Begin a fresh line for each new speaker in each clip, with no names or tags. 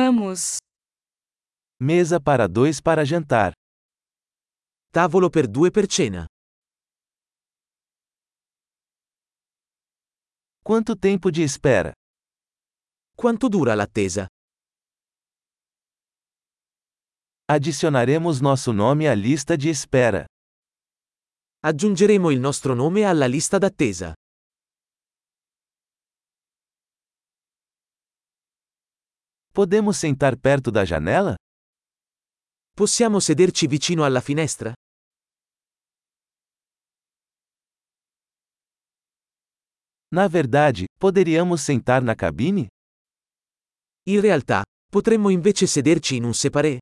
Vamos.
Mesa para dois para jantar.
Tavolo per due per cena.
Quanto tempo de espera?
Quanto dura l'attesa?
Adicionaremos nosso nome à lista de espera.
Aggiungeremo il nostro nome alla lista d'attesa.
Podemos sentar perto da janela?
Possiamo sederci vicino alla finestra?
Na verdade, poderíamos sentar na cabine?
In realtà, potremmo invece sederci in un separé.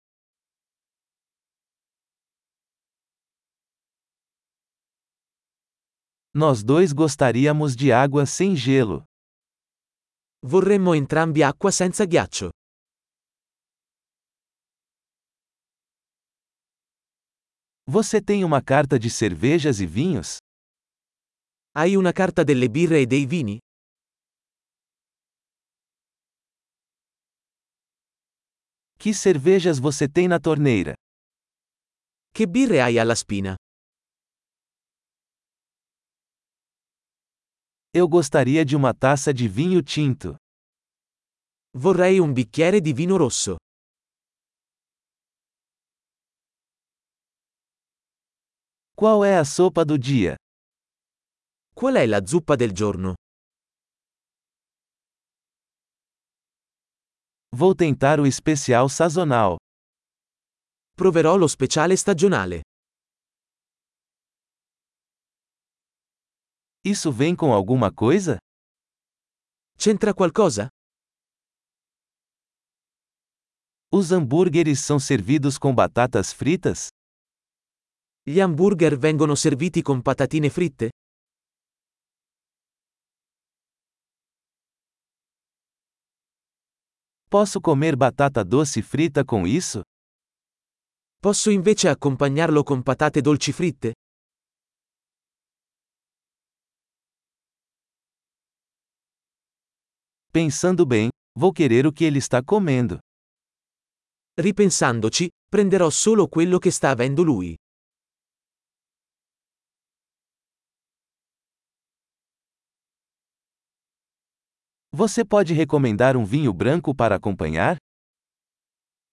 Nós dois gostaríamos de água sem gelo.
Vorremmo entrambi acqua senza ghiaccio.
Você tem uma carta de cervejas e vinhos?
Hai una carta delle birre e dei vini?
Que cervejas você tem na torneira?
Che birre hai alla spina?
Eu gostaria de uma taça de vinho tinto.
Vorrei un bicchiere di vino rosso.
Qual é a sopa do dia?
Qual è la zuppa del giorno?
Vou tentar o especial sazonal.
Proverò lo speciale stagionale.
Isso vem com alguma coisa?
C'entra qualcosa?
Os hambúrgueres são servidos com batatas fritas?
Gli hamburger vengono serviti con patatine fritte?
Posso comer batata doce frita com isso?
Posso invece accompagnarlo con patate dolci fritte?
Pensando bem, vou querer o que ele está comendo.
Ripensandoci, prenderò solo quello che sta avendo lui.
Você pode recomendar um vinho branco para acompanhar?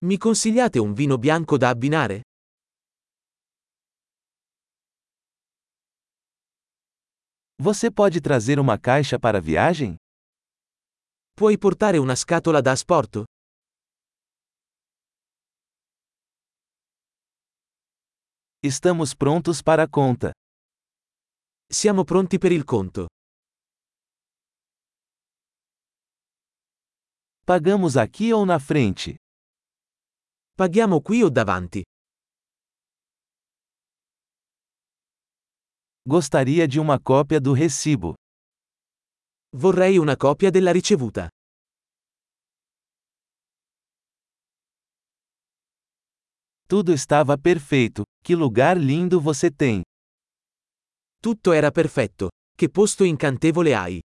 Mi consigliate un vino bianco da abbinare?
Você pode trazer uma caixa para a viagem?
Puoi portare una scatola da asporto?
Estamos prontos para a conta.
Siamo pronti per il conto.
Pagamos aqui ou na frente?
Paghiamo qui o davanti?
Gostaria de uma cópia do recibo.
Vorrei una copia della ricevuta.
Tudo estava perfeito. Que lugar lindo você tem!
Tutto era perfetto. Che posto incantevole hai!